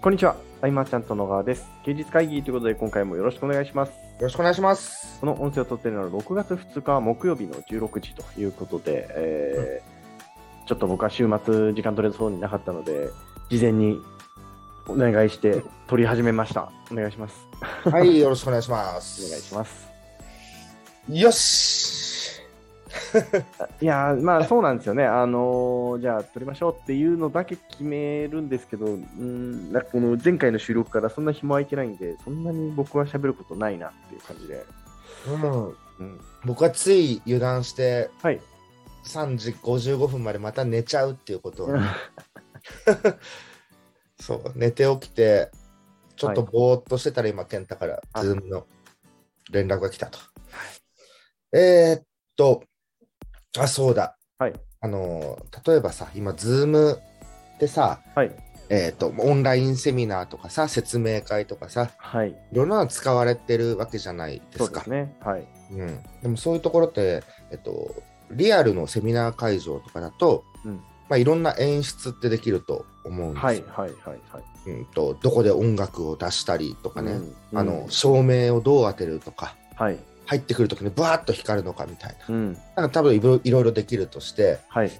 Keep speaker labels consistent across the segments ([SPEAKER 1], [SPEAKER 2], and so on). [SPEAKER 1] こんにちは。タイマーちゃんと野川です。休日会議ということで今回もよろしくお願いします。
[SPEAKER 2] よろしくお願いします。
[SPEAKER 1] この音声を撮っているのは6月2日木曜日の16時ということで、えーちょっと僕は週末時間取れそうになかったので、事前にお願いして撮り始めました。お願いします。
[SPEAKER 2] はい、よろしくお願いしま
[SPEAKER 1] お願い
[SPEAKER 2] す。
[SPEAKER 1] します。
[SPEAKER 2] よし。
[SPEAKER 1] いやーまあそうなんですよね、あのーじゃあ撮りましょうっていうのだけ決めるんですけど、うーんなんかこの前回の収録からそんな日も空いてないんで、そんなに僕は喋ることないなっていう感じで、
[SPEAKER 2] うん。
[SPEAKER 1] うん、
[SPEAKER 2] 僕はつい油断して
[SPEAKER 1] はい、
[SPEAKER 2] 3時55分までまた寝ちゃうっていうことをね、 そう、寝て起きて、ちょっと
[SPEAKER 1] は
[SPEAKER 2] ぼーっとしてたら今、健太から
[SPEAKER 1] あ
[SPEAKER 2] ズームの連絡が来たと。えー、っと、あ、そうだ。
[SPEAKER 1] はい、
[SPEAKER 2] あのー、例えばさ、今、ズームでさ、
[SPEAKER 1] はい、
[SPEAKER 2] えー、っと、オンラインセミナーとかさ、説明会とかさ、
[SPEAKER 1] はい、
[SPEAKER 2] いろんなの使われてるわけじゃないで
[SPEAKER 1] そう
[SPEAKER 2] す
[SPEAKER 1] で
[SPEAKER 2] か。
[SPEAKER 1] すね、はい、
[SPEAKER 2] うん、でもそういうところって、えっと、リアルのセミナー会場とかだと、
[SPEAKER 1] うん
[SPEAKER 2] まあ、いろんな演出ってできると思うんです、
[SPEAKER 1] はい、はい、はい、はい
[SPEAKER 2] うん、とどこで音楽を出したりとかね、
[SPEAKER 1] うん
[SPEAKER 2] あ
[SPEAKER 1] う
[SPEAKER 2] の
[SPEAKER 1] ん
[SPEAKER 2] 照明をどう当てるとか
[SPEAKER 1] はい、
[SPEAKER 2] 入ってくるときにバーッと光るのかみたいな
[SPEAKER 1] うん、
[SPEAKER 2] なんか多分いろいろいろできるとして、
[SPEAKER 1] はい、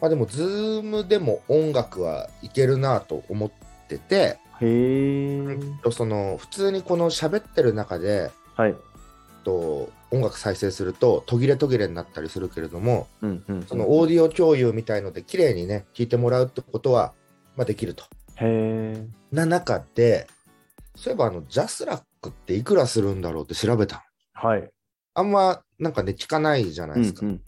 [SPEAKER 2] まあ、でも Zoom でも音楽はいけるなと思ってて
[SPEAKER 1] へー、
[SPEAKER 2] とその普通にこの喋ってる中で
[SPEAKER 1] はい、
[SPEAKER 2] と音楽再生すると途切れ途切れになったりするけれども
[SPEAKER 1] うん、うん、
[SPEAKER 2] そのオーディオ共有みたいので綺麗にね聞いてもらうってことは、まあ、できると。
[SPEAKER 1] へー、
[SPEAKER 2] な中でそういえばあのジャスラックっていくらするんだろうって調べたの
[SPEAKER 1] はい、
[SPEAKER 2] あんまなんかね聞かないじゃな
[SPEAKER 1] う
[SPEAKER 2] い
[SPEAKER 1] ん
[SPEAKER 2] ですか。、
[SPEAKER 1] うん、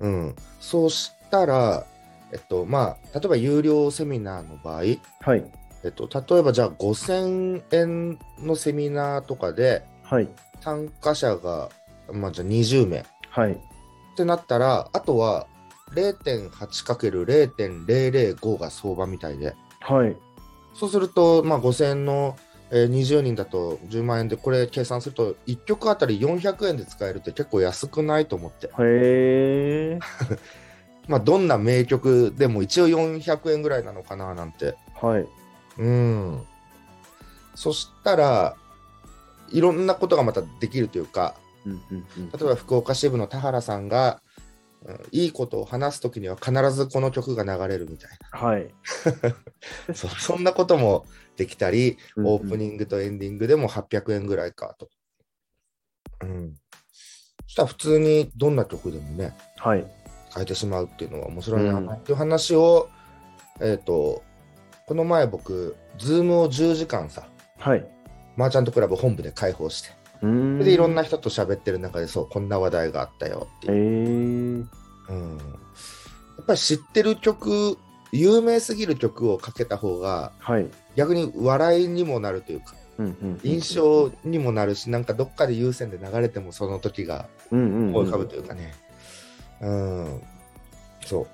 [SPEAKER 2] うんそうしたらえっとまあ例えば有料セミナーの場合、え
[SPEAKER 1] はい、
[SPEAKER 2] っと、例えばじゃあ5000円のセミナーとかで
[SPEAKER 1] はい、
[SPEAKER 2] 参加者が、まあ、じゃあ20名
[SPEAKER 1] はい、
[SPEAKER 2] ってなったらあとは 0.8×0.005 が相場みたいで
[SPEAKER 1] はい、
[SPEAKER 2] そうすると、まあ、5000円の、えー20人だと10万円でこれ計算すると1曲あたり400円で使えるって結構安くないと思って、
[SPEAKER 1] へー、
[SPEAKER 2] まあ、どんな名曲でも一応400円ぐらいなのかななんて
[SPEAKER 1] はい、
[SPEAKER 2] うんそしたらいろんなことがまたできるというか
[SPEAKER 1] うん、うん、うん。
[SPEAKER 2] 例えば福岡支部の田原さんが、うんいいことを話すときには必ずこの曲が流れるみたい
[SPEAKER 1] はい。
[SPEAKER 2] なそそんなこともできたりオープ
[SPEAKER 1] ン
[SPEAKER 2] ニングとエンディングでも800円ぐらいかと。うん、そしたら普通にどんな曲でもね
[SPEAKER 1] グ。はい。
[SPEAKER 2] 変えてしまうっていうのは面白いな
[SPEAKER 1] うん
[SPEAKER 2] っていう話を、えっ、とこの前僕 Zoom を10時間さ
[SPEAKER 1] はい。
[SPEAKER 2] マーチャントクラブ本部で開放して
[SPEAKER 1] うーん
[SPEAKER 2] それでいろんな。人と喋ってる中でそうこんな話題があったよって
[SPEAKER 1] え
[SPEAKER 2] いう、
[SPEAKER 1] ー。
[SPEAKER 2] うん、やっぱり知ってる曲有名すぎる曲をかけた方が
[SPEAKER 1] はい。
[SPEAKER 2] 逆に笑いにもなるというか
[SPEAKER 1] うんうん
[SPEAKER 2] 印。象にもなるし、なんかどっかで優先で流れてもその時が
[SPEAKER 1] うんうんうん。
[SPEAKER 2] 思い浮かぶというかね。うん。そう。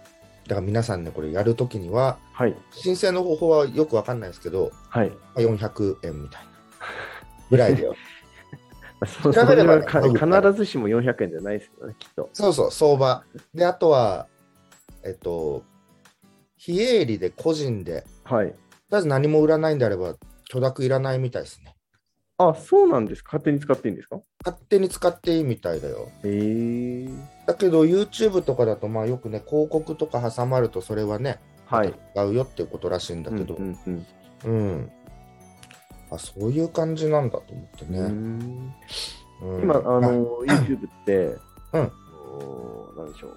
[SPEAKER 2] だから皆さんね、これやるときには、
[SPEAKER 1] はい。
[SPEAKER 2] 申請の方法はよくわかんないですけど、
[SPEAKER 1] はい。
[SPEAKER 2] まあ400円みたいなぐらい でよ。
[SPEAKER 1] そ
[SPEAKER 2] 調べれば
[SPEAKER 1] そか必ずしも400円じゃないですよね、きっと。
[SPEAKER 2] そうそう、相場。で、あとは、えっと、非営利で個人で、
[SPEAKER 1] はい。
[SPEAKER 2] とりあえず何も売らないんであれば、許諾いらないみたいですね。
[SPEAKER 1] あ、そうなんですか。勝手に使っていいんですか
[SPEAKER 2] 勝手に使っていいみたいだよ。
[SPEAKER 1] えー。
[SPEAKER 2] だけど YouTube とかだとまあよくね広告とか挟まるとそれはね、
[SPEAKER 1] はい。
[SPEAKER 2] 合うよっていうことらしいんだけど、
[SPEAKER 1] う
[SPEAKER 2] うん
[SPEAKER 1] んうん
[SPEAKER 2] あそういう感じなんだと思って
[SPEAKER 1] うんう
[SPEAKER 2] ね。
[SPEAKER 1] ん。
[SPEAKER 2] うん
[SPEAKER 1] 今、あ
[SPEAKER 2] あ
[SPEAKER 1] の、YouTube って、
[SPEAKER 2] うん
[SPEAKER 1] おー。なんでしょう。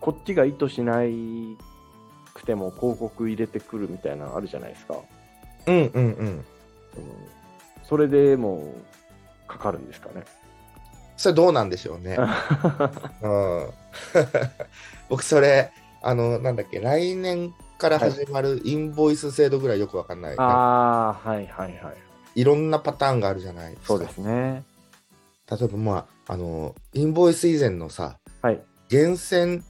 [SPEAKER 1] こっちが意図しないくても広告入れてくるみたいなのあるじゃないですか。
[SPEAKER 2] うんうんうん。
[SPEAKER 1] そのそれでもうかかるんです かね。
[SPEAKER 2] それどうなんでしょうね。うん 僕それあのなんだっけ来年から始まるインボイス制度ぐらいよくわかんない、
[SPEAKER 1] ああ、はいはいはい。
[SPEAKER 2] いろんなパターンがあるじゃないですか。
[SPEAKER 1] そうですね。
[SPEAKER 2] 例えばまああのインボイス以前のさ
[SPEAKER 1] はい。
[SPEAKER 2] 源泉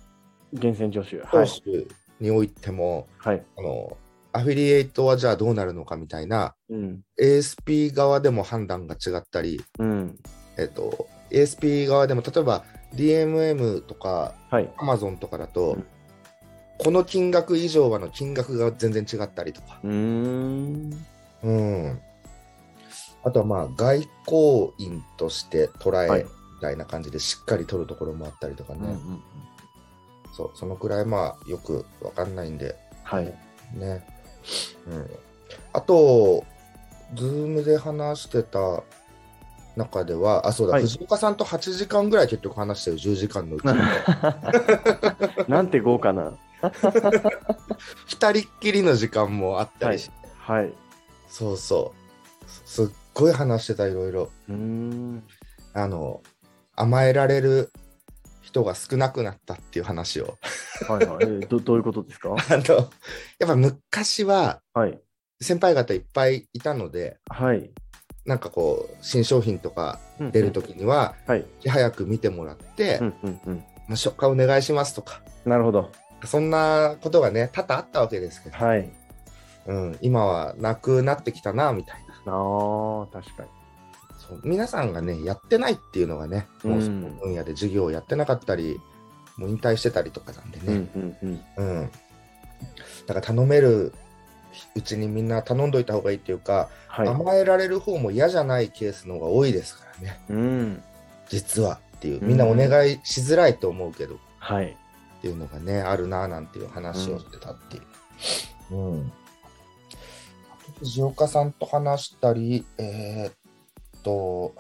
[SPEAKER 1] 厳選助手。は
[SPEAKER 2] 投
[SPEAKER 1] い。
[SPEAKER 2] 手においても、
[SPEAKER 1] はい。
[SPEAKER 2] あのアフィリエイトはじゃあどうなるのかみたいな
[SPEAKER 1] うん。
[SPEAKER 2] ASP 側でも判断が違ったり、
[SPEAKER 1] うん。
[SPEAKER 2] えっと ASP 側でも例えば DMM とか
[SPEAKER 1] はい。
[SPEAKER 2] Amazon とかだと、
[SPEAKER 1] うん
[SPEAKER 2] この金額以上はの金額が全然違ったりとか。
[SPEAKER 1] うーん。
[SPEAKER 2] うん。あとはまあ、外交員として捉
[SPEAKER 1] は
[SPEAKER 2] え
[SPEAKER 1] い
[SPEAKER 2] みたいな感じでしっかり取るところもあったりとかね。
[SPEAKER 1] うんうんうん
[SPEAKER 2] そう、そのくらいまあ、よくわかんないんで、
[SPEAKER 1] はい。
[SPEAKER 2] ね。うん。あと、ズームで話してた中では、あ、そうだ、
[SPEAKER 1] はい
[SPEAKER 2] 藤岡さんと8時間ぐらい結局話してる10時間 のうちに、
[SPEAKER 1] なんて豪華な。
[SPEAKER 2] 2人っきりの時間もあったりして、
[SPEAKER 1] はい。う
[SPEAKER 2] そうそう。すすっごい話してた、いろいろ。
[SPEAKER 1] ーん。
[SPEAKER 2] あの、甘えられる人が少なくなったっていう話を。
[SPEAKER 1] はいはい。えーどどういうことですか
[SPEAKER 2] あの、やっぱ昔は
[SPEAKER 1] はい。
[SPEAKER 2] 先輩方いっぱいいたので、
[SPEAKER 1] はい。
[SPEAKER 2] なんかこう、新商品とか出るときには、
[SPEAKER 1] うん。はい。
[SPEAKER 2] いち早く見てもらって、
[SPEAKER 1] うんうんうん。
[SPEAKER 2] まあ、出荷お願いしますとか、
[SPEAKER 1] なるほど。
[SPEAKER 2] そんなことがね、多々あったわけですけど、
[SPEAKER 1] はい。
[SPEAKER 2] うん、今はなくなってきたな、みたいな。
[SPEAKER 1] ああ、確かに。
[SPEAKER 2] そう皆さんがね、やってないっていうのがね、もうその分野で授業をやってなかったり、もう引退してたりとかなんで
[SPEAKER 1] う
[SPEAKER 2] ね、
[SPEAKER 1] んうんうん。
[SPEAKER 2] うん。だから頼めるうちにみんな頼んどいた方がいいっていうか、
[SPEAKER 1] はい。
[SPEAKER 2] 甘えられる方も嫌じゃないケースの方が多いですからね、
[SPEAKER 1] うん。
[SPEAKER 2] 実はっていう、
[SPEAKER 1] うん
[SPEAKER 2] みんなお願いしづらいと思うけど、
[SPEAKER 1] はい。
[SPEAKER 2] っていうのがね、あるなぁなんていう話をしてたっていう。うん。あと藤岡さんと話したり、えーっと、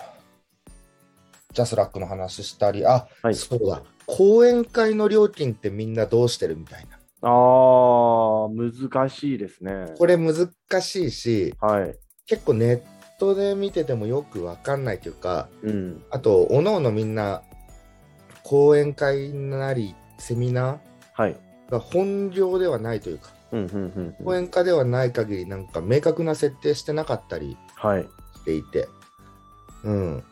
[SPEAKER 2] ジャスラックの話したり、あ、
[SPEAKER 1] はい。
[SPEAKER 2] そうだ、講演会の料金ってみんなどうしてるみたいな。
[SPEAKER 1] ああ、難しいですね。
[SPEAKER 2] これ難しいし、
[SPEAKER 1] はい。
[SPEAKER 2] 結構ネットで見ててもよくわかんないというか、
[SPEAKER 1] うん。
[SPEAKER 2] あと、おのおのみんな、講演会なり、セミナ
[SPEAKER 1] はい。
[SPEAKER 2] ーが本業ではないというか、
[SPEAKER 1] うんうんうん
[SPEAKER 2] 講
[SPEAKER 1] うん。
[SPEAKER 2] 演家ではない限りなんか明確な設定してなかったり
[SPEAKER 1] はい。
[SPEAKER 2] していて、うん、だか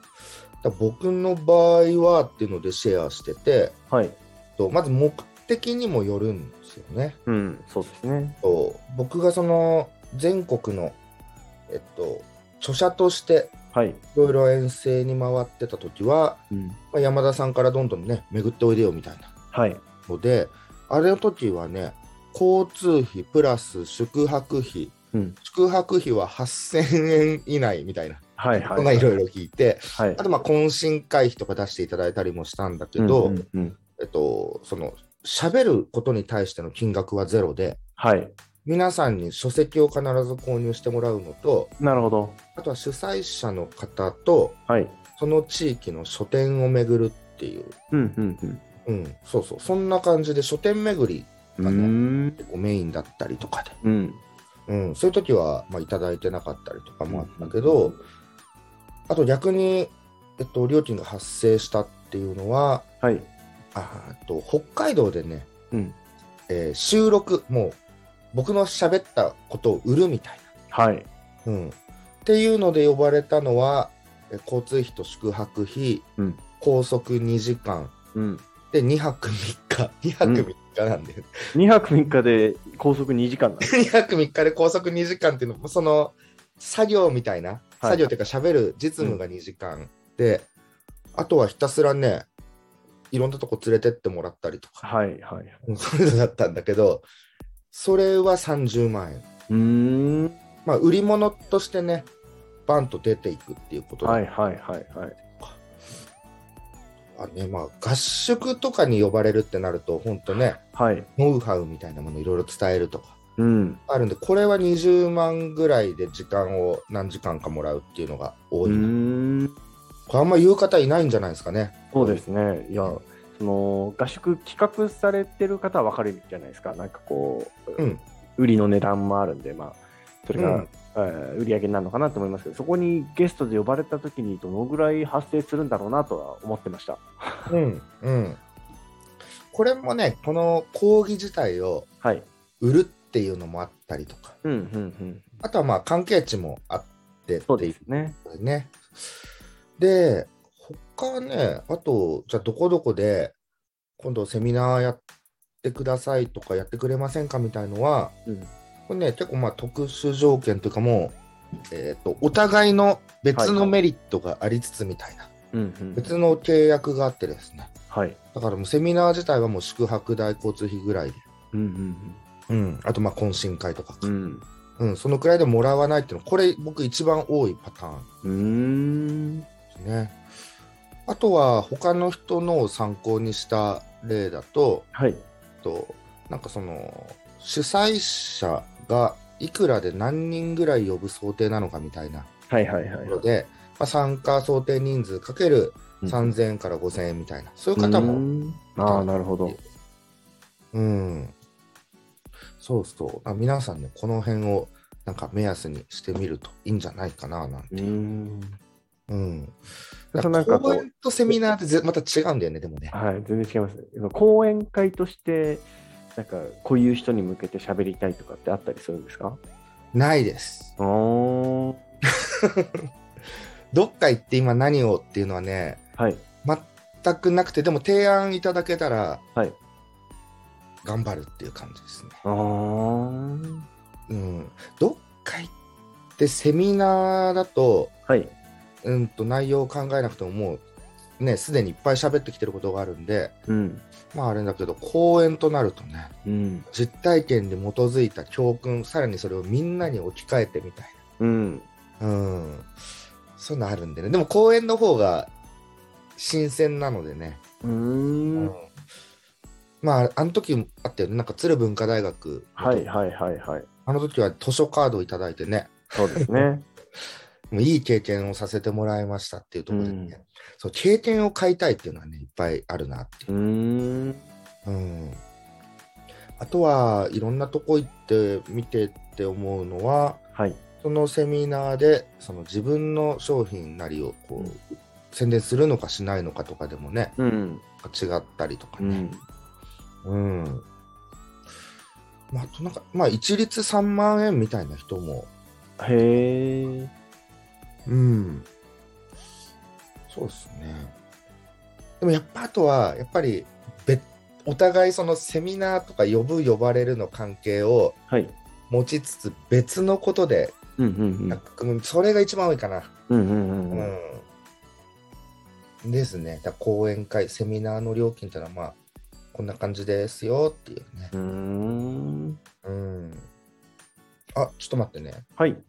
[SPEAKER 2] ら僕の場合はっていうのでシェアしてて
[SPEAKER 1] はい。
[SPEAKER 2] とまず目的にもよるんですよね
[SPEAKER 1] うん。そうですね。
[SPEAKER 2] と僕がその全国の、えっと、著者として
[SPEAKER 1] はい。
[SPEAKER 2] いろいろ遠征に回ってた時は、
[SPEAKER 1] うん。
[SPEAKER 2] まあ山田さんからどんどんね巡っておいでよみたいな
[SPEAKER 1] はい。
[SPEAKER 2] のであれの時はね交通費プラス宿泊費
[SPEAKER 1] うん。
[SPEAKER 2] 宿泊費は8000円以内みたいな、
[SPEAKER 1] はいはい。
[SPEAKER 2] まあいろいろ聞いて、
[SPEAKER 1] はい。
[SPEAKER 2] あとまあ懇親会費とか出していただいたりもしたんだけど、
[SPEAKER 1] うんうんうん
[SPEAKER 2] えっと、その、喋ることに対しての金額はゼロで、
[SPEAKER 1] はい。
[SPEAKER 2] 皆さんに書籍を必ず購入してもらうのと、
[SPEAKER 1] なるほど。
[SPEAKER 2] あとは主催者の方と、
[SPEAKER 1] はい。
[SPEAKER 2] その地域の書店を巡るっていう、
[SPEAKER 1] うんうん
[SPEAKER 2] うん、そうそう、そんな感じで書店巡り
[SPEAKER 1] うん。
[SPEAKER 2] あの
[SPEAKER 1] ん。
[SPEAKER 2] 結構メインだったりとかで、
[SPEAKER 1] うん。
[SPEAKER 2] うん、そういう時は、まあ、いただいてなかったりとかもあったけど、あと逆に、えっと、料金が発生したっていうのは、
[SPEAKER 1] はい。
[SPEAKER 2] あーえっと北海道でね、
[SPEAKER 1] うん。
[SPEAKER 2] えー収録、もう僕の喋ったことを売るみたい
[SPEAKER 1] はい。
[SPEAKER 2] な、うん。っていうので呼ばれたのは、えー交通費と宿泊費、
[SPEAKER 1] うん
[SPEAKER 2] 高速2時間、
[SPEAKER 1] うん。
[SPEAKER 2] で2泊3日、2泊3日なんで、
[SPEAKER 1] 2泊3日で高速2時間だ。
[SPEAKER 2] 2泊3日で高速2時間っていうのも、その作業みたいな、作業っていうか、喋る実務が2時間で、あとはひたすらね、いろんなとこ連れてってもらったりとか、
[SPEAKER 1] はいはい。う
[SPEAKER 2] うんそういうのだったんだけど、それは30万円。
[SPEAKER 1] ーん。
[SPEAKER 2] まあ、売り物としてね、バンと出ていくっていうことで、
[SPEAKER 1] はいはいはいはい。
[SPEAKER 2] あねまあ、合宿とかに呼ばれるってなると、本当ね、
[SPEAKER 1] はい。
[SPEAKER 2] ノウハウみたいなものをいろいろ伝えるとか。
[SPEAKER 1] うん。
[SPEAKER 2] あるんで、これは20万ぐらいで時間を何時間かもらうっていうのが多
[SPEAKER 1] う
[SPEAKER 2] いな。
[SPEAKER 1] ーん。
[SPEAKER 2] これあんま言う方いないんじゃないですかね。
[SPEAKER 1] そうですね。いや、その合宿企画されてる方は分かるじゃないですか。なんかこう、
[SPEAKER 2] うん。
[SPEAKER 1] 売りの値段もあるんで、まあ、それが、
[SPEAKER 2] うん
[SPEAKER 1] えー売り上げになるのかなと思いますけど、そこにゲストで呼ばれた時にどのぐらい発生するんだろうなとは思ってました。
[SPEAKER 2] うん。うん。これもね、この講義自体を
[SPEAKER 1] はい。
[SPEAKER 2] 売るっていうのもあったりとか、
[SPEAKER 1] うんうんうん。
[SPEAKER 2] あとはまあ関係値もあってってい
[SPEAKER 1] そううですね。
[SPEAKER 2] ね。で、他ね、あと、じゃあどこどこで今度セミナーやってくださいとかやってくれませんかみたいのは、
[SPEAKER 1] うん。
[SPEAKER 2] これね、結構まあ特殊条件というかもう、えーと、お互いの別のメリットがありつつみたいな、
[SPEAKER 1] うんうん。
[SPEAKER 2] 別の契約があってですね。
[SPEAKER 1] はい。
[SPEAKER 2] だからもうセミナー自体はもう宿泊代交通費ぐらいで
[SPEAKER 1] うん
[SPEAKER 2] うん、あとまあ懇親会とかか、
[SPEAKER 1] うんうん。
[SPEAKER 2] うん、そのくらいでもらわないっていうのこれ僕一番多いパターン
[SPEAKER 1] うん。うーん。
[SPEAKER 2] ですねあとは他の人のを参考にした例だと
[SPEAKER 1] はい。
[SPEAKER 2] となんかその主催者がいくらで何人ぐらい呼ぶ想定なのかみたいな
[SPEAKER 1] はいはいは
[SPEAKER 2] と
[SPEAKER 1] い
[SPEAKER 2] こ。ろで、まあ、参加想定人数かける
[SPEAKER 1] うん
[SPEAKER 2] 3000円から5000円みたいな、そういう方も
[SPEAKER 1] も。ああ、なるほど。
[SPEAKER 2] うん。そうそう。あ皆さんね、この辺をなんか目安にしてみるといいんじゃないかな、なんて。
[SPEAKER 1] うん。
[SPEAKER 2] うん。
[SPEAKER 1] それなんかこ
[SPEAKER 2] 講
[SPEAKER 1] う
[SPEAKER 2] 演とセミナーってぜまた違うんだよね、でもね。
[SPEAKER 1] はい、全然違いますね。その講演会として、なんか、こういう人に向けて喋りたいとかってあったりするんですか
[SPEAKER 2] ないです。
[SPEAKER 1] あー
[SPEAKER 2] どっか行って今何をっていうのはね、
[SPEAKER 1] はい。
[SPEAKER 2] 全くなくて、でも提案いただけたら、
[SPEAKER 1] はい
[SPEAKER 2] 頑張るっていう感じですね。
[SPEAKER 1] あー
[SPEAKER 2] うん。どっか行ってセミナーだと、
[SPEAKER 1] はい。
[SPEAKER 2] うんと内容を考えなくてももう、ね、すでにいっぱい喋ってきてることがあるんで、
[SPEAKER 1] うん。
[SPEAKER 2] まああれだけど、講演となるとね、
[SPEAKER 1] うん。
[SPEAKER 2] 実体験で基づいた教訓、さらにそれをみんなに置き換えてみたい
[SPEAKER 1] うん。
[SPEAKER 2] な。うん。そういうのあるんでね。でも講演の方が新鮮なのでね。
[SPEAKER 1] うーん。
[SPEAKER 2] まあ、あの時もあったよね。なんか鶴文化大学。
[SPEAKER 1] はいはいはいはい。
[SPEAKER 2] あの時は図書カードをいただいてね、
[SPEAKER 1] そうですね。
[SPEAKER 2] もういい経験をさせてもらいましたっていうところでね。
[SPEAKER 1] う
[SPEAKER 2] そう、経験を買いたいっていうのはね、いっぱいあるなっていう
[SPEAKER 1] うーん。
[SPEAKER 2] うん、あとはいろんなとこ行って見てって思うのは
[SPEAKER 1] はい。
[SPEAKER 2] そのセミナーでその自分の商品なりをこう、宣伝するのかしないのかとかでもね
[SPEAKER 1] うん。
[SPEAKER 2] 違ったりとか
[SPEAKER 1] う
[SPEAKER 2] ね。
[SPEAKER 1] ん。
[SPEAKER 2] うんまあ、あとなんかまあ一律3万円みたいな人も、
[SPEAKER 1] へえ。
[SPEAKER 2] うん、そうですね。でもやっぱあとはやっぱり別お互いそのセミナーとか呼ぶ呼ばれるの関係を
[SPEAKER 1] はい。
[SPEAKER 2] 持ちつつ別のことで、
[SPEAKER 1] うんうん
[SPEAKER 2] なんかうんそれが一番多いかな。
[SPEAKER 1] うん。うんうんうん。
[SPEAKER 2] うんですね。だから講演会、セミナーの料金ってのはまあこんな感じですよっていうね。
[SPEAKER 1] うーん。
[SPEAKER 2] うん、あちょっと待ってね。
[SPEAKER 1] はい。
[SPEAKER 2] ちょ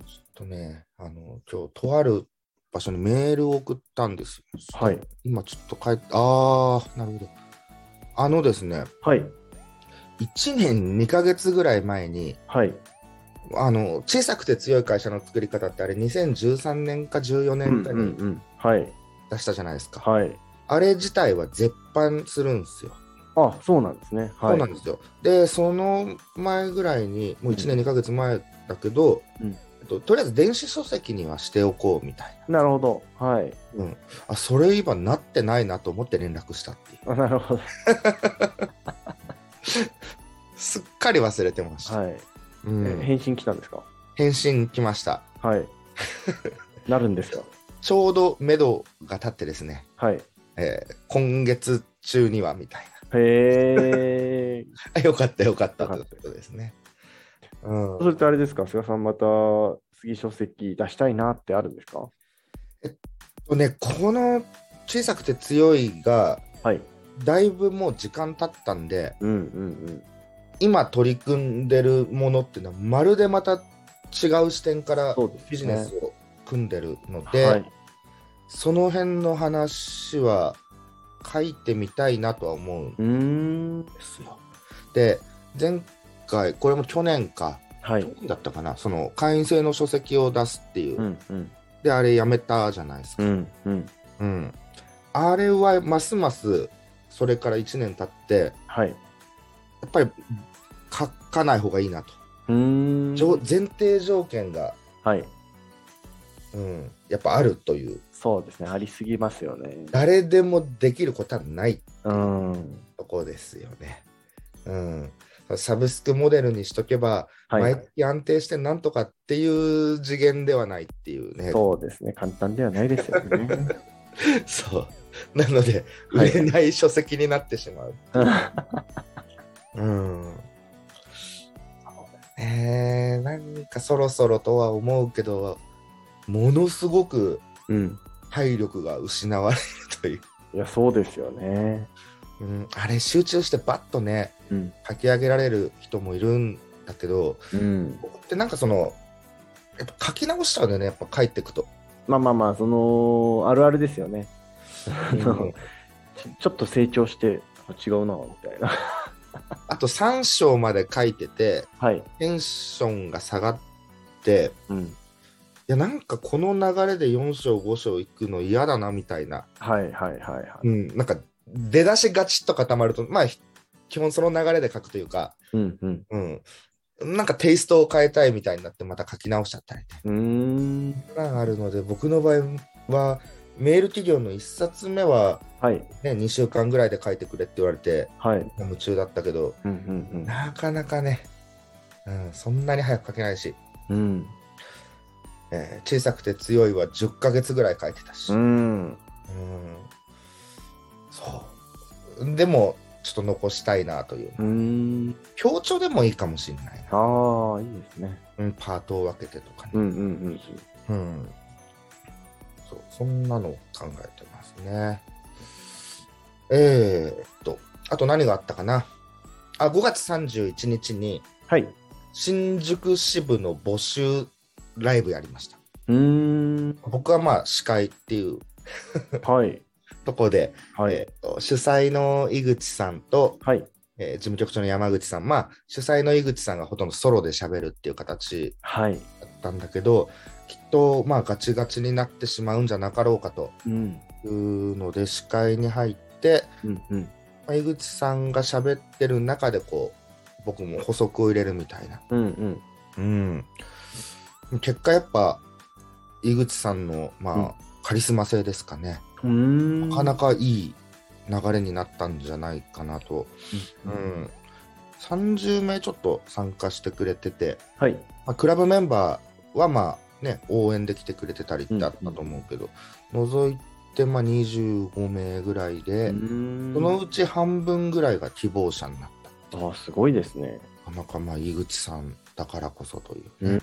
[SPEAKER 2] っとね、あの今日とある場所にメールを送ったんですよ。
[SPEAKER 1] はい。
[SPEAKER 2] 今ちょっと帰って、あー、なるほど。あのですね、
[SPEAKER 1] はい。
[SPEAKER 2] 1年2ヶ月ぐらい前に、
[SPEAKER 1] はい。
[SPEAKER 2] あの小さくて強い会社の作り方ってあれ2013年か14
[SPEAKER 1] うん
[SPEAKER 2] 年
[SPEAKER 1] う
[SPEAKER 2] か
[SPEAKER 1] んう
[SPEAKER 2] に
[SPEAKER 1] ん。はい。
[SPEAKER 2] 出したじゃないですか、
[SPEAKER 1] はい。
[SPEAKER 2] あれ自体は絶版するんですよ、
[SPEAKER 1] あ、そうなんですね。はい。
[SPEAKER 2] そうなんですよでその前ぐらいにもう1年2ヶ月前だけど、
[SPEAKER 1] うん
[SPEAKER 2] えっと、とりあえず電子書籍にはしておこうみたい
[SPEAKER 1] なるほど。はい。
[SPEAKER 2] な、うん、あそれ今なってないなと思って連絡したっていう
[SPEAKER 1] あなるほど。
[SPEAKER 2] すっかり忘れてました、
[SPEAKER 1] はい。
[SPEAKER 2] う
[SPEAKER 1] え
[SPEAKER 2] ん、
[SPEAKER 1] 返信来たんですか
[SPEAKER 2] 返信来ました
[SPEAKER 1] はい。なるんですか
[SPEAKER 2] ちょうど目処が立ってですね、
[SPEAKER 1] はい。
[SPEAKER 2] えー今月中にはみたいな
[SPEAKER 1] へえ。
[SPEAKER 2] あ よかったよかった
[SPEAKER 1] よか
[SPEAKER 2] と
[SPEAKER 1] っ
[SPEAKER 2] いう
[SPEAKER 1] た
[SPEAKER 2] ことですね。うん
[SPEAKER 1] そうするとあれですか菅さんまた次書籍出したいなってあるんですか
[SPEAKER 2] ね、この小さくて強いが
[SPEAKER 1] はい。
[SPEAKER 2] だいぶもう時間経ったんで
[SPEAKER 1] うんうん
[SPEAKER 2] 今取り組んでるものっていうのはまるでまた違う視点から
[SPEAKER 1] そうですね
[SPEAKER 2] ビジネスを組んでるの
[SPEAKER 1] うん。
[SPEAKER 2] でそ
[SPEAKER 1] はい。
[SPEAKER 2] の辺の話は書いてみたいなとは思うんで
[SPEAKER 1] うーん。
[SPEAKER 2] すよ。で前回これも去年か
[SPEAKER 1] は
[SPEAKER 2] 去
[SPEAKER 1] い。
[SPEAKER 2] 年だったかなその会員制の書籍を出すっていう、
[SPEAKER 1] うんうん。
[SPEAKER 2] であれやめたじゃないですか
[SPEAKER 1] う。んうん。
[SPEAKER 2] うん、あれはますますそれから1年経って
[SPEAKER 1] はい。
[SPEAKER 2] やっぱり書かない方がいいなと、
[SPEAKER 1] うーん。
[SPEAKER 2] じょ前提条件が、
[SPEAKER 1] はい。
[SPEAKER 2] うん、やっぱあるという
[SPEAKER 1] そうですね。ありすぎますよね。
[SPEAKER 2] 誰でもできることはない
[SPEAKER 1] うん。
[SPEAKER 2] とこですよね、うん、サブスクモデルにしとけば、
[SPEAKER 1] は
[SPEAKER 2] 毎
[SPEAKER 1] い。
[SPEAKER 2] 月安定してなんとかっていう次元ではないっていうね
[SPEAKER 1] そうですね。簡単ではないですよね。
[SPEAKER 2] そうなので売れない書籍になってしまううん。えー、なんかそろそろとは思うけど、ものすごく
[SPEAKER 1] うん。
[SPEAKER 2] 体力が失われるという。
[SPEAKER 1] いや、そうですよね。
[SPEAKER 2] うん、あれ集中してバッとね
[SPEAKER 1] うん。
[SPEAKER 2] 書き上げられる人もいるんだけど
[SPEAKER 1] うん。
[SPEAKER 2] 僕ってなんかそのやっぱ書き直しちゃうんだよねやっぱ帰ってくと。
[SPEAKER 1] まあまあまあ、その、あるあるですよね。
[SPEAKER 2] うん
[SPEAKER 1] ちちょっと成長して、あ違うな、みたいな。
[SPEAKER 2] あと3章まで書いてて
[SPEAKER 1] はい。
[SPEAKER 2] テンションが下がって
[SPEAKER 1] うん。
[SPEAKER 2] いやなんかこの流れで4章5章いくの嫌だなみたいな、
[SPEAKER 1] はいはいはいはい。
[SPEAKER 2] うん、なんか出だしガチッと固まるとまあひ基本その流れで書くというか、
[SPEAKER 1] うんうん。
[SPEAKER 2] うん、なんかテイストを変えたいみたいになってまた書き直しちゃったり
[SPEAKER 1] うーん。
[SPEAKER 2] があるので僕の場合はメール企業の1冊目は、
[SPEAKER 1] はい
[SPEAKER 2] ね、2週間ぐらいで書いてくれって言われて
[SPEAKER 1] はい。
[SPEAKER 2] 夢中だったけど
[SPEAKER 1] うんうん
[SPEAKER 2] なかなかね、うん、そんなに早く書けないし、
[SPEAKER 1] うん。うん。
[SPEAKER 2] えー小さくて強いは10ヶ月ぐらい書いてたし、
[SPEAKER 1] うーん。
[SPEAKER 2] うんそうでもちょっと残したいなという
[SPEAKER 1] うーん。
[SPEAKER 2] 強調でもいいかもしれないな、
[SPEAKER 1] ああ、いいですね。
[SPEAKER 2] うん、パートを分けてとかね、
[SPEAKER 1] うんうんうん。
[SPEAKER 2] うんそうそんなのを考えてますね。えー、っと、あと何があったかな。あ、5月31日に
[SPEAKER 1] はい。
[SPEAKER 2] 新宿支部の募集ライブやりました。
[SPEAKER 1] うーん。
[SPEAKER 2] 僕はまあ司会っていう
[SPEAKER 1] はい。
[SPEAKER 2] とこで、
[SPEAKER 1] は
[SPEAKER 2] え
[SPEAKER 1] い。
[SPEAKER 2] ーっと主催の井口さんと、
[SPEAKER 1] はい。
[SPEAKER 2] えー事務局長の山口さん、まあ主催の井口さんがほとんどソロで喋るっていう形
[SPEAKER 1] はい。
[SPEAKER 2] だったんだけど、きっとまあガチガチになってしまうんじゃなかろうかと
[SPEAKER 1] うん。
[SPEAKER 2] いうので視界に入って、
[SPEAKER 1] うんうん。
[SPEAKER 2] まあ井口さんが喋ってる中でこう僕も補足を入れるみたいな、
[SPEAKER 1] うんうん。
[SPEAKER 2] うん、結果やっぱ井口さんの、まあ
[SPEAKER 1] うん
[SPEAKER 2] カリスマ性ですかね
[SPEAKER 1] うーん。
[SPEAKER 2] なかなかいい流れになったんじゃないかなと、
[SPEAKER 1] う
[SPEAKER 2] うん
[SPEAKER 1] うん。
[SPEAKER 2] ん、30名ちょっと参加してくれてて、
[SPEAKER 1] はい。
[SPEAKER 2] まあ、クラブメンバーはまあね応援で来てくれてたりだったと思うけど、除いてまあ25名ぐらいで。
[SPEAKER 1] うーん
[SPEAKER 2] そのうち半分ぐらいが希望者になった。
[SPEAKER 1] あーすごいですね。
[SPEAKER 2] なかなかまあ井口さんだからこそというね。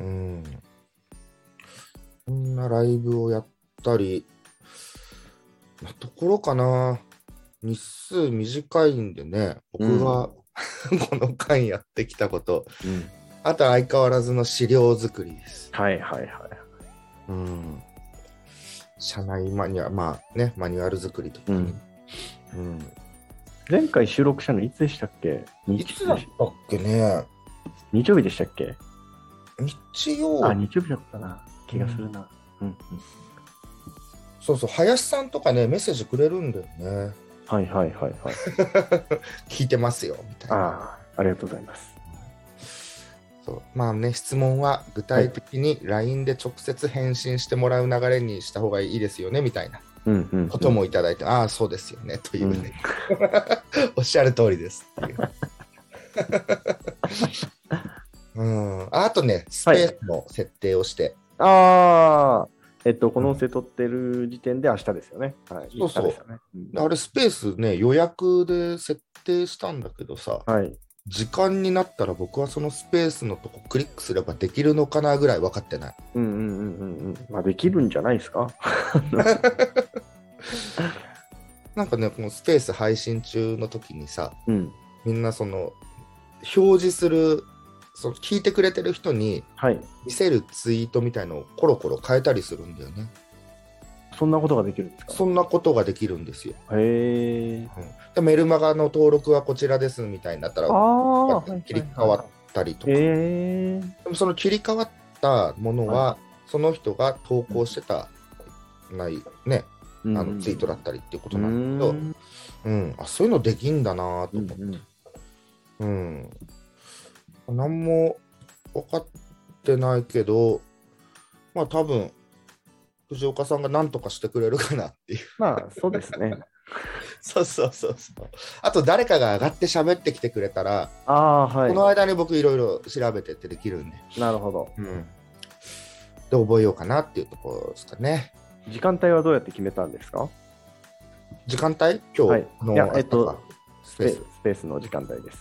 [SPEAKER 2] うん。こんなライブをやったり、なところかな。日数短いんでね、僕が、 この間やってきたこと、
[SPEAKER 1] うん。
[SPEAKER 2] あとは相変わらずの資料作りです。
[SPEAKER 1] はいはいはい。
[SPEAKER 2] うん。社内マニュアル、まあね、マニュアル作りとかね。うん
[SPEAKER 1] 前回収録したのいつでしたっけ日
[SPEAKER 2] いつだったっけね
[SPEAKER 1] 日曜日でしたっけ
[SPEAKER 2] 日曜
[SPEAKER 1] あ、日曜日だったな。気がするな。うん。うん
[SPEAKER 2] そうそう、林さんとかね、メッセージくれるんだよね。
[SPEAKER 1] はいはいはいはい。
[SPEAKER 2] 聞いてますよ、みたいな。
[SPEAKER 1] ああ、ありがとうございます。
[SPEAKER 2] そうまあね、質問は具体的に LINE で直接返信してもらう流れにした方がいいですよね、みたいな
[SPEAKER 1] うんうんうん。
[SPEAKER 2] こともいただいて、ああ、そうですよね、というね。 おっしゃる通 りですっていう。うん、ああとね、スペースの設定をして、
[SPEAKER 1] ああ、えっと、この音声撮ってる時点で明日ですよね。はい。
[SPEAKER 2] そうそう
[SPEAKER 1] 明日ですよねん
[SPEAKER 2] あれスペースね、予約で設定したんだけどさ、
[SPEAKER 1] はい。
[SPEAKER 2] 時間になったら僕はそのスペースのとこクリックすればできるのかなぐらい分かってない。
[SPEAKER 1] うんうんうんうんうん。まあ、できるんじゃないですか。
[SPEAKER 2] なんかね、このスペース配信中の時にさ、
[SPEAKER 1] うん。
[SPEAKER 2] みんなその、表示する、その聞いてくれてる人に
[SPEAKER 1] はい。
[SPEAKER 2] 見せるツイートみたいのをコロコロ変えたりするんだよね。
[SPEAKER 1] そんなことができるんですか
[SPEAKER 2] そんなことができるんですよ。
[SPEAKER 1] へえ。
[SPEAKER 2] うんでメルマガの登録はこちらですみたいになったら、
[SPEAKER 1] ああ、
[SPEAKER 2] こ
[SPEAKER 1] はい
[SPEAKER 2] うや
[SPEAKER 1] は
[SPEAKER 2] っ
[SPEAKER 1] い
[SPEAKER 2] て切り替わったりとか。
[SPEAKER 1] へ
[SPEAKER 2] で
[SPEAKER 1] え。
[SPEAKER 2] もその切り替わったものは、その人が投稿してた、ない、ね、
[SPEAKER 1] あ
[SPEAKER 2] あのツイートだったりっていうこと
[SPEAKER 1] う
[SPEAKER 2] なんだけど、
[SPEAKER 1] ん
[SPEAKER 2] うんあそういうのできんだなと
[SPEAKER 1] う
[SPEAKER 2] 思
[SPEAKER 1] ん
[SPEAKER 2] って、
[SPEAKER 1] うん
[SPEAKER 2] うん何も分かってないけどまあ多分藤岡さんが何とかしてくれるかなっていう
[SPEAKER 1] まあ、そうですね。
[SPEAKER 2] そうそうそうそうあと誰かが上がって喋ってきてくれたら、
[SPEAKER 1] ああ、は
[SPEAKER 2] この
[SPEAKER 1] い。
[SPEAKER 2] 間に僕いろいろ調べてってできるんで、
[SPEAKER 1] なるほど。
[SPEAKER 2] うんで覚えようかなっていうところですかね
[SPEAKER 1] 時間帯はどうやって決めたんですか
[SPEAKER 2] 時間帯今日、
[SPEAKER 1] はい
[SPEAKER 2] あの
[SPEAKER 1] いや
[SPEAKER 2] あ
[SPEAKER 1] えっと
[SPEAKER 2] なんかス
[SPEAKER 1] ス
[SPEAKER 2] ペ
[SPEAKER 1] ペ
[SPEAKER 2] ー
[SPEAKER 1] ー
[SPEAKER 2] ス
[SPEAKER 1] ススペースの時間帯です。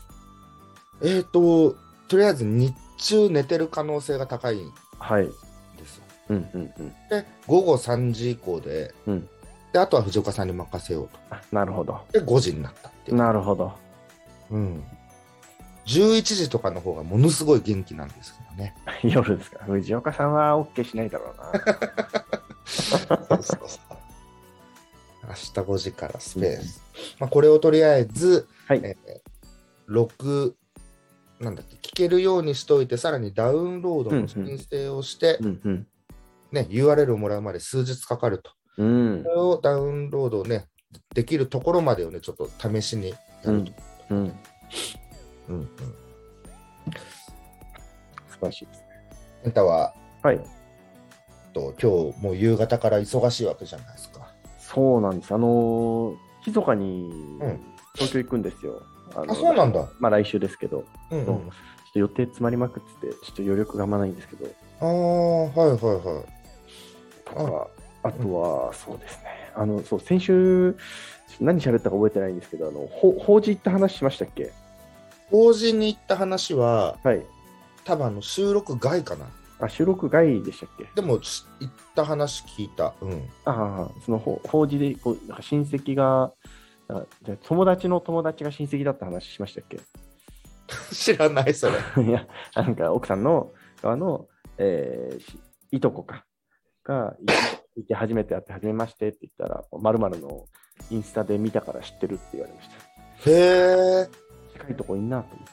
[SPEAKER 2] えー、と、とりあえず日中寝てる可能性が高いん
[SPEAKER 1] はい。
[SPEAKER 2] ですよ。
[SPEAKER 1] うんうんうん。
[SPEAKER 2] で、午後3時以降で、
[SPEAKER 1] うん
[SPEAKER 2] でで、あとは藤岡さんに任せようと。
[SPEAKER 1] あなるほど。
[SPEAKER 2] で、5時になったっていう。
[SPEAKER 1] なるほど。
[SPEAKER 2] うん。11時とかの方がものすごい元気なんですけど ね。
[SPEAKER 1] 夜ですか。藤岡さんは OK しないだろう な。
[SPEAKER 2] そうそうそう明日5時からスペース。まあ、これをとりあえず、
[SPEAKER 1] はい
[SPEAKER 2] えー録なんだっけ、聞けるようにしといて、さらにダウンロードの申請をして、
[SPEAKER 1] うんうん。
[SPEAKER 2] ね、URL をもらうまで数日かかると。
[SPEAKER 1] うん
[SPEAKER 2] こ。れをダウンロードをね、できるところまでをね、ちょっと試しにやると。
[SPEAKER 1] うん。
[SPEAKER 2] うんうん
[SPEAKER 1] 素晴らしいですね。
[SPEAKER 2] エンタは、
[SPEAKER 1] はい。
[SPEAKER 2] と今日もう夕方から忙しいわけじゃないですか。
[SPEAKER 1] そうなんです。あのー、密かに
[SPEAKER 2] うん
[SPEAKER 1] 東京行くんですよ。あの
[SPEAKER 2] あ、そうなんだ。
[SPEAKER 1] まあ来週ですけど、ちょ
[SPEAKER 2] うんうん、
[SPEAKER 1] っと予定詰まりまくってて、ちょっと余力があんまないんですけど、
[SPEAKER 2] ああ、はいはいはい。
[SPEAKER 1] とか、あとは、そうですね。あの、そう、先週、何喋ったか覚えてないんですけど、あの、ほ法事行った話しましたっけ
[SPEAKER 2] 法事に行った話は、
[SPEAKER 1] はい。
[SPEAKER 2] 多分あの収録外かな。
[SPEAKER 1] あ、収録外でしたっけ
[SPEAKER 2] でも、し行った話聞いた。うん。
[SPEAKER 1] ああ、その法法事でこう、なんか親戚が、あじゃあ友達の友達が親戚だった話しましたっけ
[SPEAKER 2] 知らない、そ れ。
[SPEAKER 1] いや、なんか奥さんの側の、えーしいとこか、が、いいて初めて会って、初めましてって言ったら、まるのインスタで見たから知ってるって言われました。
[SPEAKER 2] へえ。
[SPEAKER 1] 近いとこいんなと思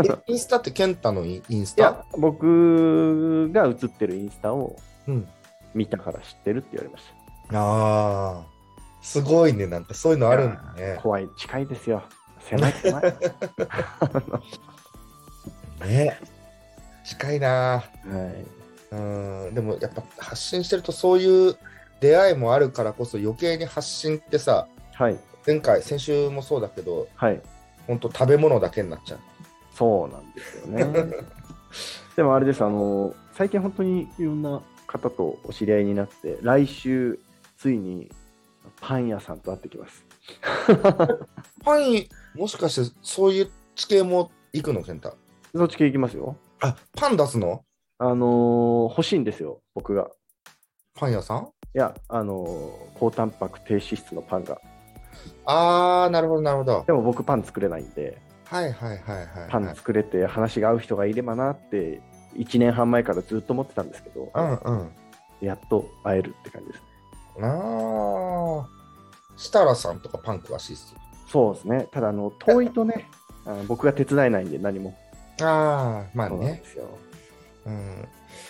[SPEAKER 1] って。
[SPEAKER 2] インスタって健太のインインス
[SPEAKER 1] いや
[SPEAKER 2] タ、
[SPEAKER 1] 僕が写ってるインスタを
[SPEAKER 2] うん。
[SPEAKER 1] 見たから知ってるって言われまし
[SPEAKER 2] ああ。すごいね。なんかそういうのあるんだ
[SPEAKER 1] た。
[SPEAKER 2] ね。
[SPEAKER 1] 怖い、近いですよ。狭い、 狭い。
[SPEAKER 2] ね。近いな
[SPEAKER 1] はい、
[SPEAKER 2] うん。でもやっぱ発信してるとそういう出会いもあるからこそ余計に発信ってさ、
[SPEAKER 1] はい、
[SPEAKER 2] 前回、先週もそうだけど、
[SPEAKER 1] はい。
[SPEAKER 2] 本当食べ物だけになっちゃう。
[SPEAKER 1] そうなんですよね。 でもあれです、あの、最近本当にいろんな方とお知り合いになって、来週、ついにパン屋さんと会ってきます。
[SPEAKER 2] パン、もしかしてそういう地形も行くの、健太。
[SPEAKER 1] そっち系行きますよ。
[SPEAKER 2] あ、パン出すの
[SPEAKER 1] あのー欲しいんですよ、僕が。
[SPEAKER 2] パン屋さん
[SPEAKER 1] いや、あのー高タンパク低脂質のパンが。
[SPEAKER 2] あー、なるほど、なるほど。
[SPEAKER 1] でも僕パン作れないんで、
[SPEAKER 2] はいはいはいはい。
[SPEAKER 1] パン作れて話が合う人がいればなって、1年半前からずっと思ってたんですけど、
[SPEAKER 2] うんうん。
[SPEAKER 1] やっと会えるって感じですね。
[SPEAKER 2] なあ。設楽さんとかパン詳しいっすよ。
[SPEAKER 1] そうですね。ただ、あの、遠いとね、あの僕が手伝えないんで何も。
[SPEAKER 2] あー、まあ
[SPEAKER 1] そうなん
[SPEAKER 2] ね
[SPEAKER 1] で。すよ。
[SPEAKER 2] うん。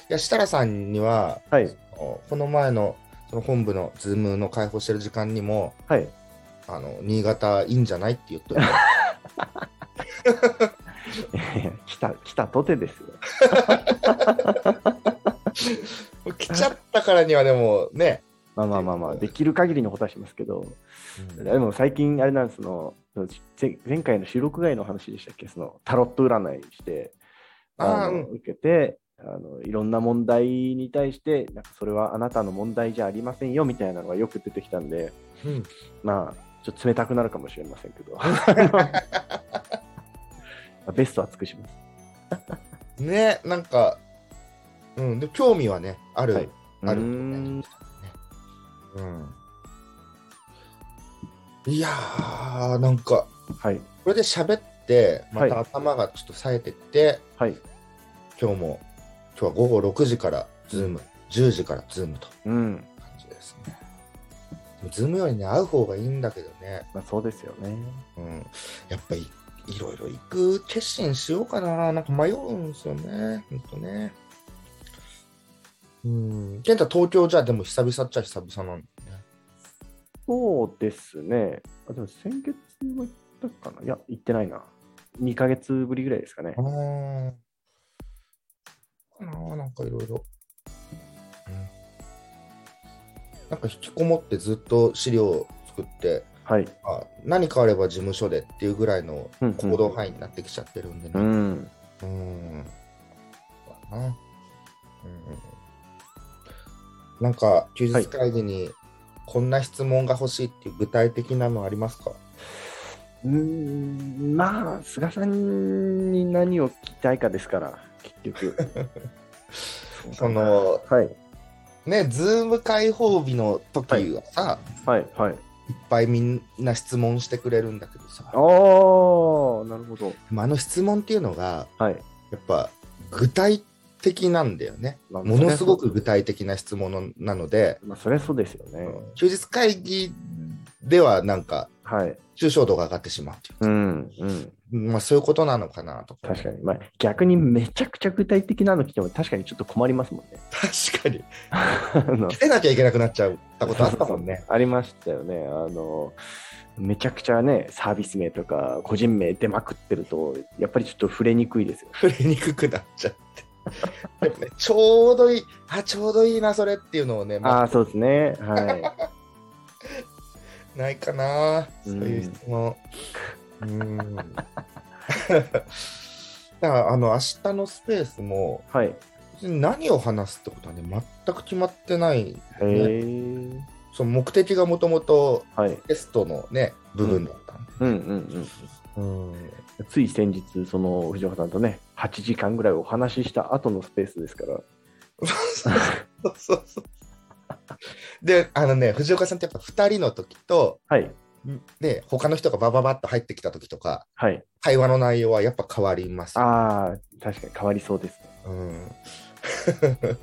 [SPEAKER 2] いや、設楽さんには、
[SPEAKER 1] はい。
[SPEAKER 2] この前のその本部のズームの開放してる時間にも、
[SPEAKER 1] はい。
[SPEAKER 2] あの、新潟いいんじゃないって言っといて。
[SPEAKER 1] 来た、来たとてですよ。
[SPEAKER 2] もう来ちゃったからにはでもね、
[SPEAKER 1] まあまあまあまあ、できる限りのことはしますけど、でも最近、あれなんです、その、前前回の収録外の話でしたっけ、その、タロット占いして、
[SPEAKER 2] あー
[SPEAKER 1] あ
[SPEAKER 2] う
[SPEAKER 1] の
[SPEAKER 2] ん
[SPEAKER 1] 受けてあの、いろんな問題に対して、なんかそれはあなたの問題じゃありませんよみたいなのがよく出てきたんで、
[SPEAKER 2] うん
[SPEAKER 1] まあ、ちょっと冷たくなるかもしれませんけ ど、ベストは尽くします。
[SPEAKER 2] ねなんか、うん、で興味はねある、
[SPEAKER 1] はい
[SPEAKER 2] ある
[SPEAKER 1] う
[SPEAKER 2] と
[SPEAKER 1] ー
[SPEAKER 2] ね
[SPEAKER 1] ん
[SPEAKER 2] うん、いやーなんか
[SPEAKER 1] はい、
[SPEAKER 2] これで喋ってま
[SPEAKER 1] は
[SPEAKER 2] た
[SPEAKER 1] い
[SPEAKER 2] 頭がちょっと冴えてって、
[SPEAKER 1] はい。
[SPEAKER 2] 今日も今日は午後6時からズーム10時からズームと
[SPEAKER 1] うん、
[SPEAKER 2] 感じですねズームよりね会う方がいいんだけどね、
[SPEAKER 1] まあそうですよね。
[SPEAKER 2] うん、やっぱりいろいろ行く決心しようかななんか迷うんですよねほんとねうん健太東京じゃでも久々っちゃ久々なんだね
[SPEAKER 1] そうですね。あでも先月は行ったかないや、行ってないな。2ヶ月ぶりぐらいですかね。
[SPEAKER 2] ああ。かななんかいろいろ。うんなんか引きこもってずっと資料を作って、
[SPEAKER 1] はい。
[SPEAKER 2] あ何かあれば事務所でっていうぐらいの
[SPEAKER 1] うんうん
[SPEAKER 2] 行動範囲になってきちゃってるんで
[SPEAKER 1] う
[SPEAKER 2] ね。
[SPEAKER 1] ん。
[SPEAKER 2] うん。だな。うん。なんか休日会議にこんな質問が欲しいっていう具体的なのありますか、
[SPEAKER 1] うーん、まあ、菅さんに何 を聞きたいかですから、結局。
[SPEAKER 2] その
[SPEAKER 1] はい。
[SPEAKER 2] ね、ズーム開放日の時はさ、
[SPEAKER 1] はい、はい。
[SPEAKER 2] い、っぱいみんな質問してくれるんだけどさ
[SPEAKER 1] あ、あ、なるほど。
[SPEAKER 2] まああの質問っていうのが、
[SPEAKER 1] はい。
[SPEAKER 2] やっぱ具体的なんだよね。
[SPEAKER 1] まあ
[SPEAKER 2] ものすごく具体的な質問なので、
[SPEAKER 1] まあ、そりゃそうですよね。
[SPEAKER 2] 休日会議ではなんか、
[SPEAKER 1] はい。
[SPEAKER 2] 抽象度が上がってしまうと
[SPEAKER 1] う
[SPEAKER 2] いう
[SPEAKER 1] ん、うん。
[SPEAKER 2] まあ、そういうことなのかなと
[SPEAKER 1] 確かに。まあ、逆にめちゃくちゃ具体的なの来ても、確かにちょっと困りますもんね。
[SPEAKER 2] 確かに。
[SPEAKER 1] あの
[SPEAKER 2] 出なきゃいけなくなっちゃったことあったもんね。
[SPEAKER 1] ありましたよね。あのめちゃくちゃね、サービス名とか個人名出まくってると、やっぱりちょっと触れにくいですよ。
[SPEAKER 2] 触れにくくなっち ゃって。でもね、ちょうどいい、あ、ちょうどいいな、それっていうのをね、ま
[SPEAKER 1] あ
[SPEAKER 2] あ、
[SPEAKER 1] あ、そうですね。 はい。
[SPEAKER 2] ないかな、そううんいう質問。うん。 だから、あの、明日のスペースも、
[SPEAKER 1] はい。
[SPEAKER 2] 別に何を話すってことはね、全く決まってないんだ
[SPEAKER 1] へ
[SPEAKER 2] よね。
[SPEAKER 1] え。
[SPEAKER 2] その目的がもともと
[SPEAKER 1] はい。
[SPEAKER 2] テストのね、部分だったんで。
[SPEAKER 1] うんうん
[SPEAKER 2] うん
[SPEAKER 1] うん。つい先日、その藤岡さんとね、8時間ぐらいお話しした後のスペースですから。
[SPEAKER 2] そうそうそう。で、あのね、藤岡さんってやっぱ2人の時と、
[SPEAKER 1] はい。
[SPEAKER 2] で、他の人がバババッと入ってきた時とか、
[SPEAKER 1] はい。
[SPEAKER 2] 会話の内容はやっぱ変わります。
[SPEAKER 1] ああ、確かに変わりそうですね。
[SPEAKER 2] うん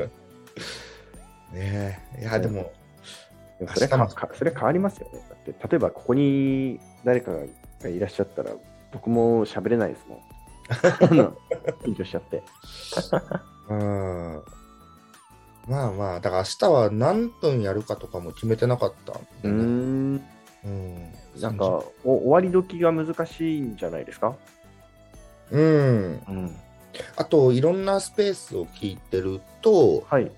[SPEAKER 2] ねえ、いや、でも、
[SPEAKER 1] でもそれ
[SPEAKER 2] 明日も
[SPEAKER 1] かかそれ変わりますよね。だって、例えばここに誰かがいらっしゃったら、僕も喋れないです もん。あの緊張しちゃって。
[SPEAKER 2] うん。まあまあ、だから明日は何分やるかとかも決めてなかったん
[SPEAKER 1] う
[SPEAKER 2] で
[SPEAKER 1] ー
[SPEAKER 2] ね、
[SPEAKER 1] ん。
[SPEAKER 2] うん。
[SPEAKER 1] なんか、お終わり時が難しいんじゃないですか
[SPEAKER 2] うん。
[SPEAKER 1] うん。
[SPEAKER 2] あと、いろんなスペースを聞いてると、
[SPEAKER 1] はい。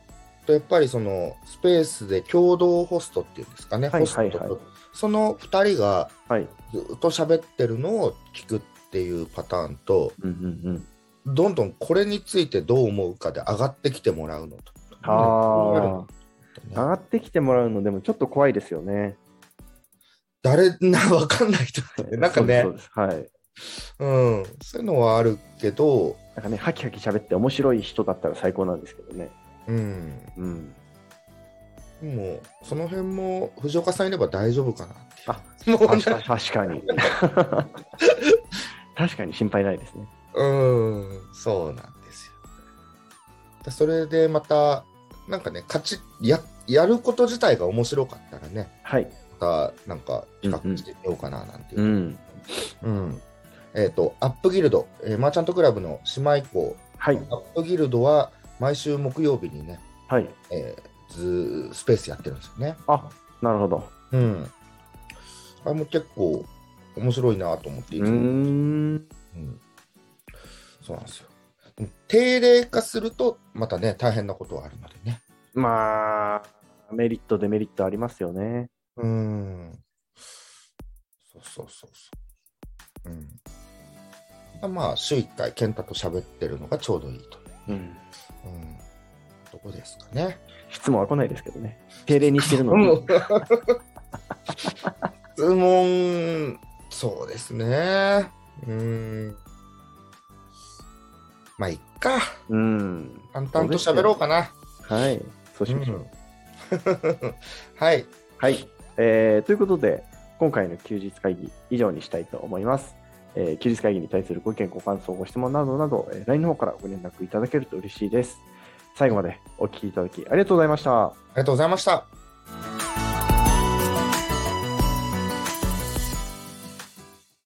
[SPEAKER 2] とやっぱりそのスペースで共同ホストっていうんですかね、
[SPEAKER 1] はいはい
[SPEAKER 2] ホスト
[SPEAKER 1] はい
[SPEAKER 2] とその2人が
[SPEAKER 1] はい。
[SPEAKER 2] ずっと喋ってるのを聞くっていうパターンと
[SPEAKER 1] うんうんうん。
[SPEAKER 2] どんどんこれについてどう思うかで上がってきてもらうのと。
[SPEAKER 1] ああ、上
[SPEAKER 2] ね
[SPEAKER 1] がってきてもらうのでもちょっと怖いですよね。
[SPEAKER 2] 誰な分かんない人って ねなんかね
[SPEAKER 1] そうですそうですはい。
[SPEAKER 2] うん、そういうのはあるけど、
[SPEAKER 1] なんかね、ハキハキ喋って面白い人だったら最高なんですけどね。
[SPEAKER 2] うん、
[SPEAKER 1] うん。
[SPEAKER 2] でもその辺も藤岡さんいれば大丈夫かなっていう
[SPEAKER 1] あ
[SPEAKER 2] もう
[SPEAKER 1] 確
[SPEAKER 2] ね
[SPEAKER 1] か確か に。確かに心配ないですね。
[SPEAKER 2] うん、そうなんですよ。だそれでまた、なんかね、勝ちや、やること自体が面白かったらね、
[SPEAKER 1] はい。
[SPEAKER 2] またなんか企画してみようかななんていうう。
[SPEAKER 1] ん。
[SPEAKER 2] うんえっ、と、アップギルド、えーマーチャントクラブの姉妹校、
[SPEAKER 1] はい。
[SPEAKER 2] アップギルドは毎週木曜日にね、
[SPEAKER 1] はい。
[SPEAKER 2] えーずースペースやってるんですよね。
[SPEAKER 1] あ、なるほど。
[SPEAKER 2] うん。あれも結構面白いなと思っていうつ
[SPEAKER 1] ー
[SPEAKER 2] も
[SPEAKER 1] ん。
[SPEAKER 2] うんそうなんですよ。でも定例化すると、またね、大変なことはあるのでね。
[SPEAKER 1] まあ、メリット、デメリットありますよね。
[SPEAKER 2] うん。そうそうそうそう。うん。まあ、週1回、健太と喋ってるのがちょうどいいという。
[SPEAKER 1] うん。
[SPEAKER 2] うん。どこですかね。
[SPEAKER 1] 質問は来ないですけどね。定例にしてるの
[SPEAKER 2] うん
[SPEAKER 1] に。
[SPEAKER 2] 質問、そうですね。うん。まあ、いっか。
[SPEAKER 1] うん。
[SPEAKER 2] 淡々と喋ろうかな。
[SPEAKER 1] はい。そうしましょう。
[SPEAKER 2] うん はい。
[SPEAKER 1] はい、えーということで、今回の休日会議、以上にしたいと思います。えー休日会議に対するご意見、ご感想、ご質問などなど、えー LINE の方からご連絡いただけると嬉しいです。最後までお聞きいただきありがとうございました。
[SPEAKER 2] ありがとうございました。